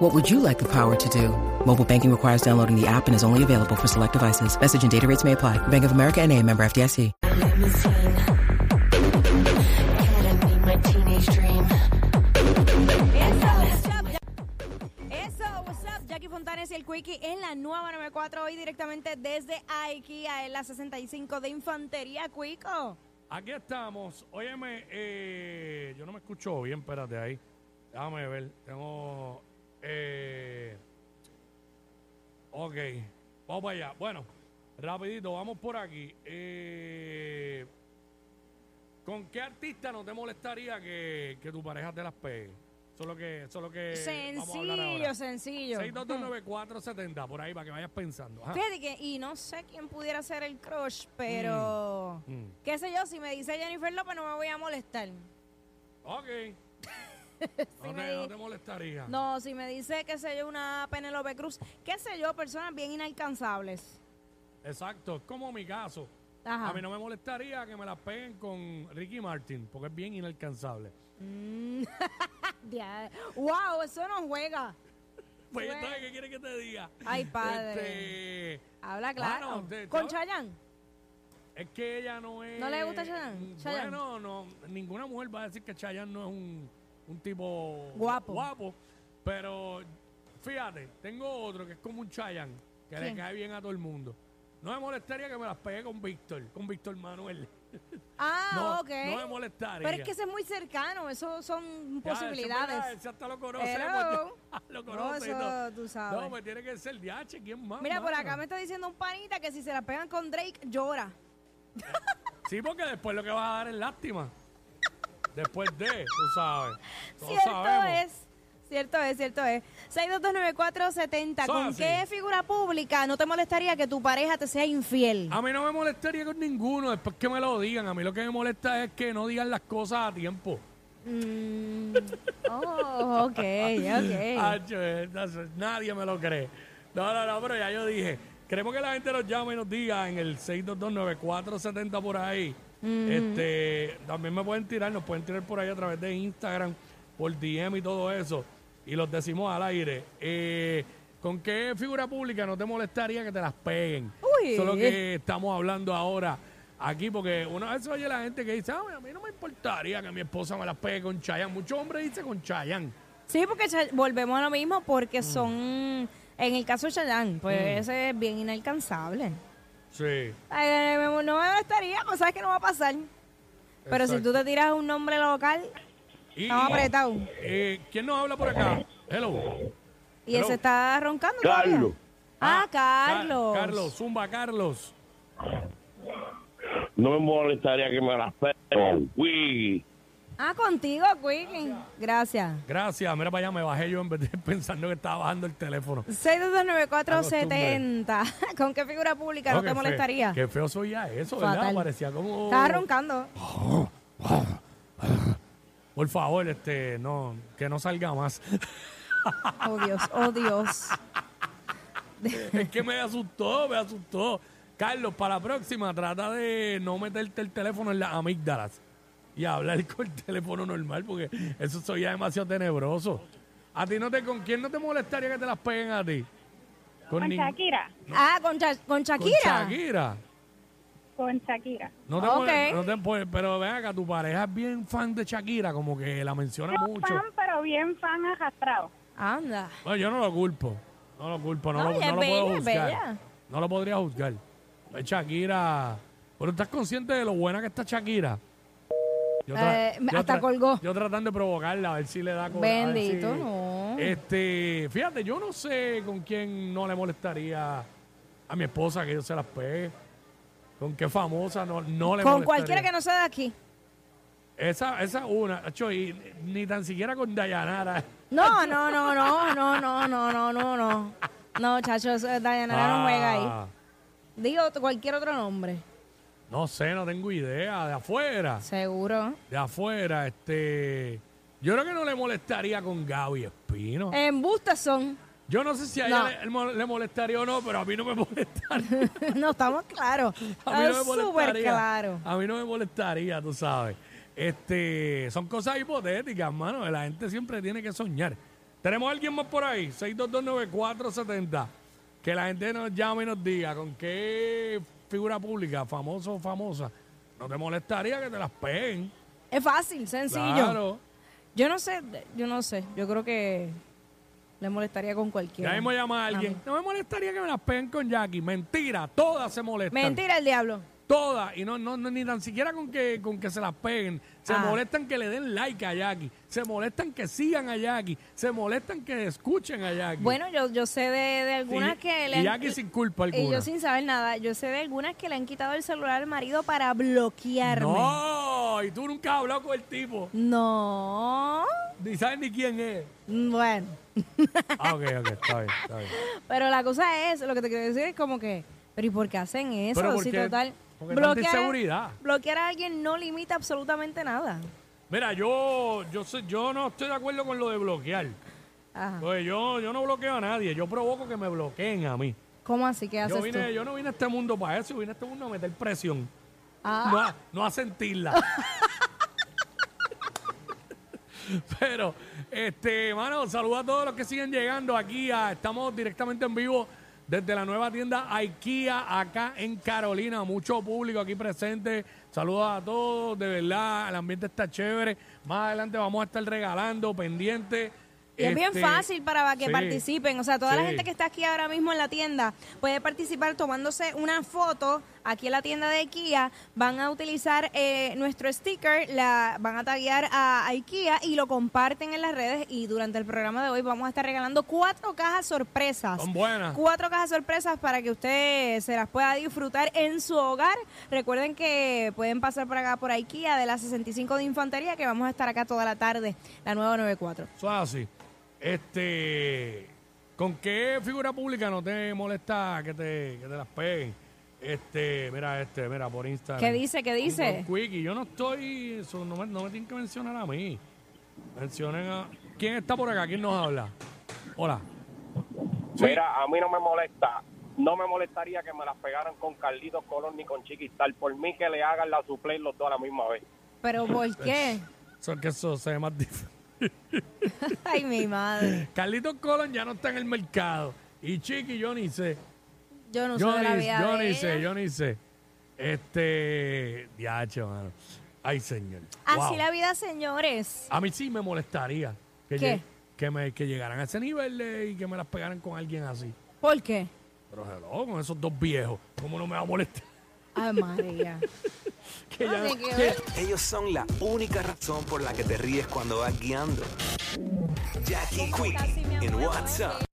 What would you like the power to do? Mobile banking requires downloading the app and is only available for select devices. Message and data rates may apply. Bank of America and a member FDIC. Let me sing. Can I be my teenage dream? Eso, what's up, Ya- Eso, what's up, Jackie Fontanes y el Quickie en la nueva 94 hoy directamente desde IKEA en la 65 de Infantería Cuico. Aquí estamos. Óyeme, eh, yo no me escucho bien, espérate ahí. Déjame ver. Tengo. eh, ok, vamos para allá. Bueno, rapidito, vamos por aquí. Eh, ¿Con qué artista no te molestaría que, que tu pareja te las pegue? Eso es lo que, eso es lo que Eh, vamos a hablar ahora. sencillo, sencillo. 6229470, por ahí, para que vayas pensando. Ajá. Fíjate que, y no sé quién pudiera ser el crush, pero Mm, mm. qué sé yo, si me dice Jennifer López no me voy a molestar. Ok. no, me te, no di- te molestaría. No, si me dice, qué sé yo, una Penelope Cruz, qué sé yo, personas bien inalcanzables. Exacto, es como mi caso. Ajá. A mí no me molestaría que me las peguen con Ricky Martin, porque es bien inalcanzable. Ya- Wow, eso no juega. Pues Bueno. entonces, ¿qué quieres que te diga? Ay, padre. Este, Habla claro. Mano, te- Con te- Chayanne. es que ella no es... ¿No le gusta Chayanne? Mm, Chayanne. Bueno, no, ninguna mujer va a decir que Chayanne no es un, un tipo... Guapo. Guapo, pero fíjate, tengo otro que es como un Chayanne, que ¿Quién? le cae bien a todo el mundo. No me molestaría que me las pegue con Víctor, con Víctor Manuel. Ah, no, ok. no me molestaría. Pero es que ese es muy cercano, eso son Ya, eso, mira, posibilidades. ese hasta lo conoce. Hello. pues, ya, lo conoce y eso todo. tú sabes. No, pues tiene que ser DH, ¿quién más? Mira, por mano? acá me está diciendo un panita que si se la pegan con Drake, llora. Sí, porque después lo que vas a dar es lástima. Después de, tú sabes. Todos cierto sabemos. es. Cierto es, cierto es. 6229470. Son ¿Con así. qué figura pública no te molestaría que tu pareja te sea infiel? A mí no me molestaría con ninguno después que me lo digan. A mí lo que me molesta es que no digan las cosas a tiempo. Mm, oh, ok, ok. Hacho, eh, no sé, nadie me lo cree. No, no, no, pero ya yo dije. Queremos que la gente nos llame y nos diga en el 6229470 por ahí. este, también me pueden tirar, nos pueden tirar por ahí a través de Instagram, por DM y todo eso. Y los decimos al aire. Eh, ¿Con qué figura pública no te molestaría que te las peguen? Uy. Eso es lo que estamos hablando ahora aquí, porque una vez oye la gente que dice, "Ah, a mí no me importaría que mi esposa me las pegue con Chayanne. Muchos hombres dicen con Chayanne. Sí, porque Chay- volvemos a lo mismo Mm. porque son, en el caso de Chayanne, pues ese es bien inalcanzable. Sí. Ay, me- no me molestaría, pues sabes que no va a pasar. Pero si tú te tiras un nombre local, Y- estamos apretados. Eh, ¿Quién nos habla por acá? Hello. Y Hello. ese está roncando todavía. Carlos. Ah, Ca- Carlos. Carlos, Zumba Carlos. No me molestaría que me las peguen. Wiggy. Ah, contigo, Quickie. Gracias. Gracias. Mira para allá, me bajé yo en vez de pensando que estaba bajando el teléfono. 6229470. ¿Con qué figura pública Oh, no qué te feo- molestaría? Qué feo soy ya eso, ¿verdad? Fatal. Parecía como... Estaba roncando. Por favor, este, no, que no salga más. Oh, Dios, oh, Dios. es que me asustó, me asustó. Carlos, para la próxima, trata de no meterte el teléfono en las amígdalas y hablar con el teléfono normal, porque eso soy ya demasiado tenebroso. ¿A ti no te, con quién no te molestaría que te las peguen a ti? Con, ning- Shakira, Ah, con, Cha- con con Shakira. Shakira. con Shakira. No te Ok. mole- no te mole- pero ven acá, tu pareja es bien fan de Shakira, como que la menciona mucho. Fan, pero bien fan arrastrado. Anda. Bueno, yo no lo culpo. No lo culpo, no, No, lo, ella no lo es puedo bella, es juzgar. bella. No lo podría juzgar. Es Shakira. Pero estás consciente de lo buena que está Shakira. Yo Eh, me- hasta tra- colgó. Yo tratando de provocarla, a ver si le da co- a ver Bendito, si- no. Este, fíjate, yo no sé con quién no le molestaría a mi esposa que yo se las pegue. Con qué famosa no, no le Con molestaría. cualquiera que no sea de aquí. Esa, esa una, acho, y ni tan siquiera con Dayanara. No, no, no, no, no, no, no, no, no, no. No, chacho, eso- Dayanara no juega ahí. Ah. Digo t- cualquier otro nombre. No sé, no tengo idea. De afuera. Seguro. De afuera, este. Yo creo que no le molestaría con Gaby Espino. En son. Yo no sé si a ella Eh, No. le- le, mo- le molestaría o no, pero a mí no me molestaría. no, estamos claros. A mí no me Estamos súper molestaría. claro. A mí no me molestaría, tú sabes. Este, son cosas hipotéticas, mano. La gente siempre tiene que soñar. Tenemos a alguien más por ahí, 6229470. Que la gente nos llame y nos diga con qué figura pública, famoso o famosa, no te molestaría que te las peguen. Es fácil, sencillo. claro. Yo no sé, yo no sé. Yo creo que le molestaría con cualquiera. Ya mismo llama a mí. alguien. No me molestaría que me las peguen con Jackie. Mentira, todas se molestan. Mentira el diablo. Todas, y no, no, no, ni tan siquiera con que, con que se las peguen. Se Ah. molestan que le den like a Jackie. Se molestan que sigan a Jackie. Se molestan que escuchen a Jackie. Bueno, yo, yo sé de, de algunas Y- que le y han- Jackie sin culpa Y yo alguna. sin saber nada. Yo sé de algunas que le han quitado el celular al marido para bloquearme. no, y tú nunca has hablado con el tipo. No. Ni sabes ni quién es. Mm, Bueno. Ah, ok, ok, está bien, está bien. Pero la cosa es, lo que te quiero decir es como que, pero ¿y por qué hacen eso? Pero ¿por si qué? total, Porque tanta inseguridad. bloquear a alguien no limita absolutamente nada. Mira, yo, yo, sé- yo no estoy de acuerdo con lo de bloquear. Ajá. Pues yo, yo no bloqueo a nadie. Yo provoco que me bloqueen a mí. ¿Cómo así que haces Yo, vine- tú? yo no vine a este mundo para eso. Yo vine a este mundo a meter presión. Ah, no a, no a sentirla. Pero, este, mano, saludos a todos los que siguen llegando aquí. a- estamos directamente en vivo desde la nueva tienda IKEA acá en Carolina. Mucho público aquí presente. Saludos a todos, de verdad, el ambiente está chévere. Más adelante vamos a estar regalando, pendiente. y es bien Este, fácil para que sí. participen. O sea, toda la Sí. gente que está aquí ahora mismo en la tienda puede participar tomándose una foto aquí en la tienda de IKEA. Van a utilizar eh, nuestro sticker, la van a taguear a, a IKEA y lo comparten en las redes. Y durante el programa de hoy vamos a estar regalando cuatro cajas sorpresas. Son buenas. cuatro cajas sorpresas para que usted se las pueda disfrutar en su hogar. Recuerden que pueden pasar por acá por IKEA de la 65 de Infantería, que vamos a estar acá toda la tarde, la 994. Eso es así. Este, ¿con qué figura pública no te molesta que te, que te las peguen? Este, mira este, mira por Instagram. ¿Qué dice? ¿Qué Un- dice? un quickie. Yo no estoy, eso no me, no me tienen que mencionar a mí. Mencionen a ¿Quién está por acá? ¿Quién nos habla? Hola. Mira, a mí no me molesta. No me molestaría que me las pegaran con Carlitos Colón ni con Chiquistar. Por mí que le hagan la suplay los dos a la misma vez. ¿Pero por qué? Eso es que eso se ve más difícil. Ay, mi madre. Carlitos Colón ya no está en el mercado. Y Chiqui, yo ni sé. Yo no yo sé de la ni, vida yo de ni ella. sé, yo ni sé. Este, diacho, mano. Ay, señor. Así Wow. Ah, la vida, señores. A mí sí me molestaría que, ¿Qué? lleg- que, me, que llegaran a ese nivel de- y que me las pegaran con alguien así. ¿Por qué? Pero hello, con esos dos viejos, ¿cómo no me va a molestar? Ay, María. Que ya- Así que- Ellos son la única razón por la que te ríes cuando vas guiando. Jackie Quickie en WhatsApp.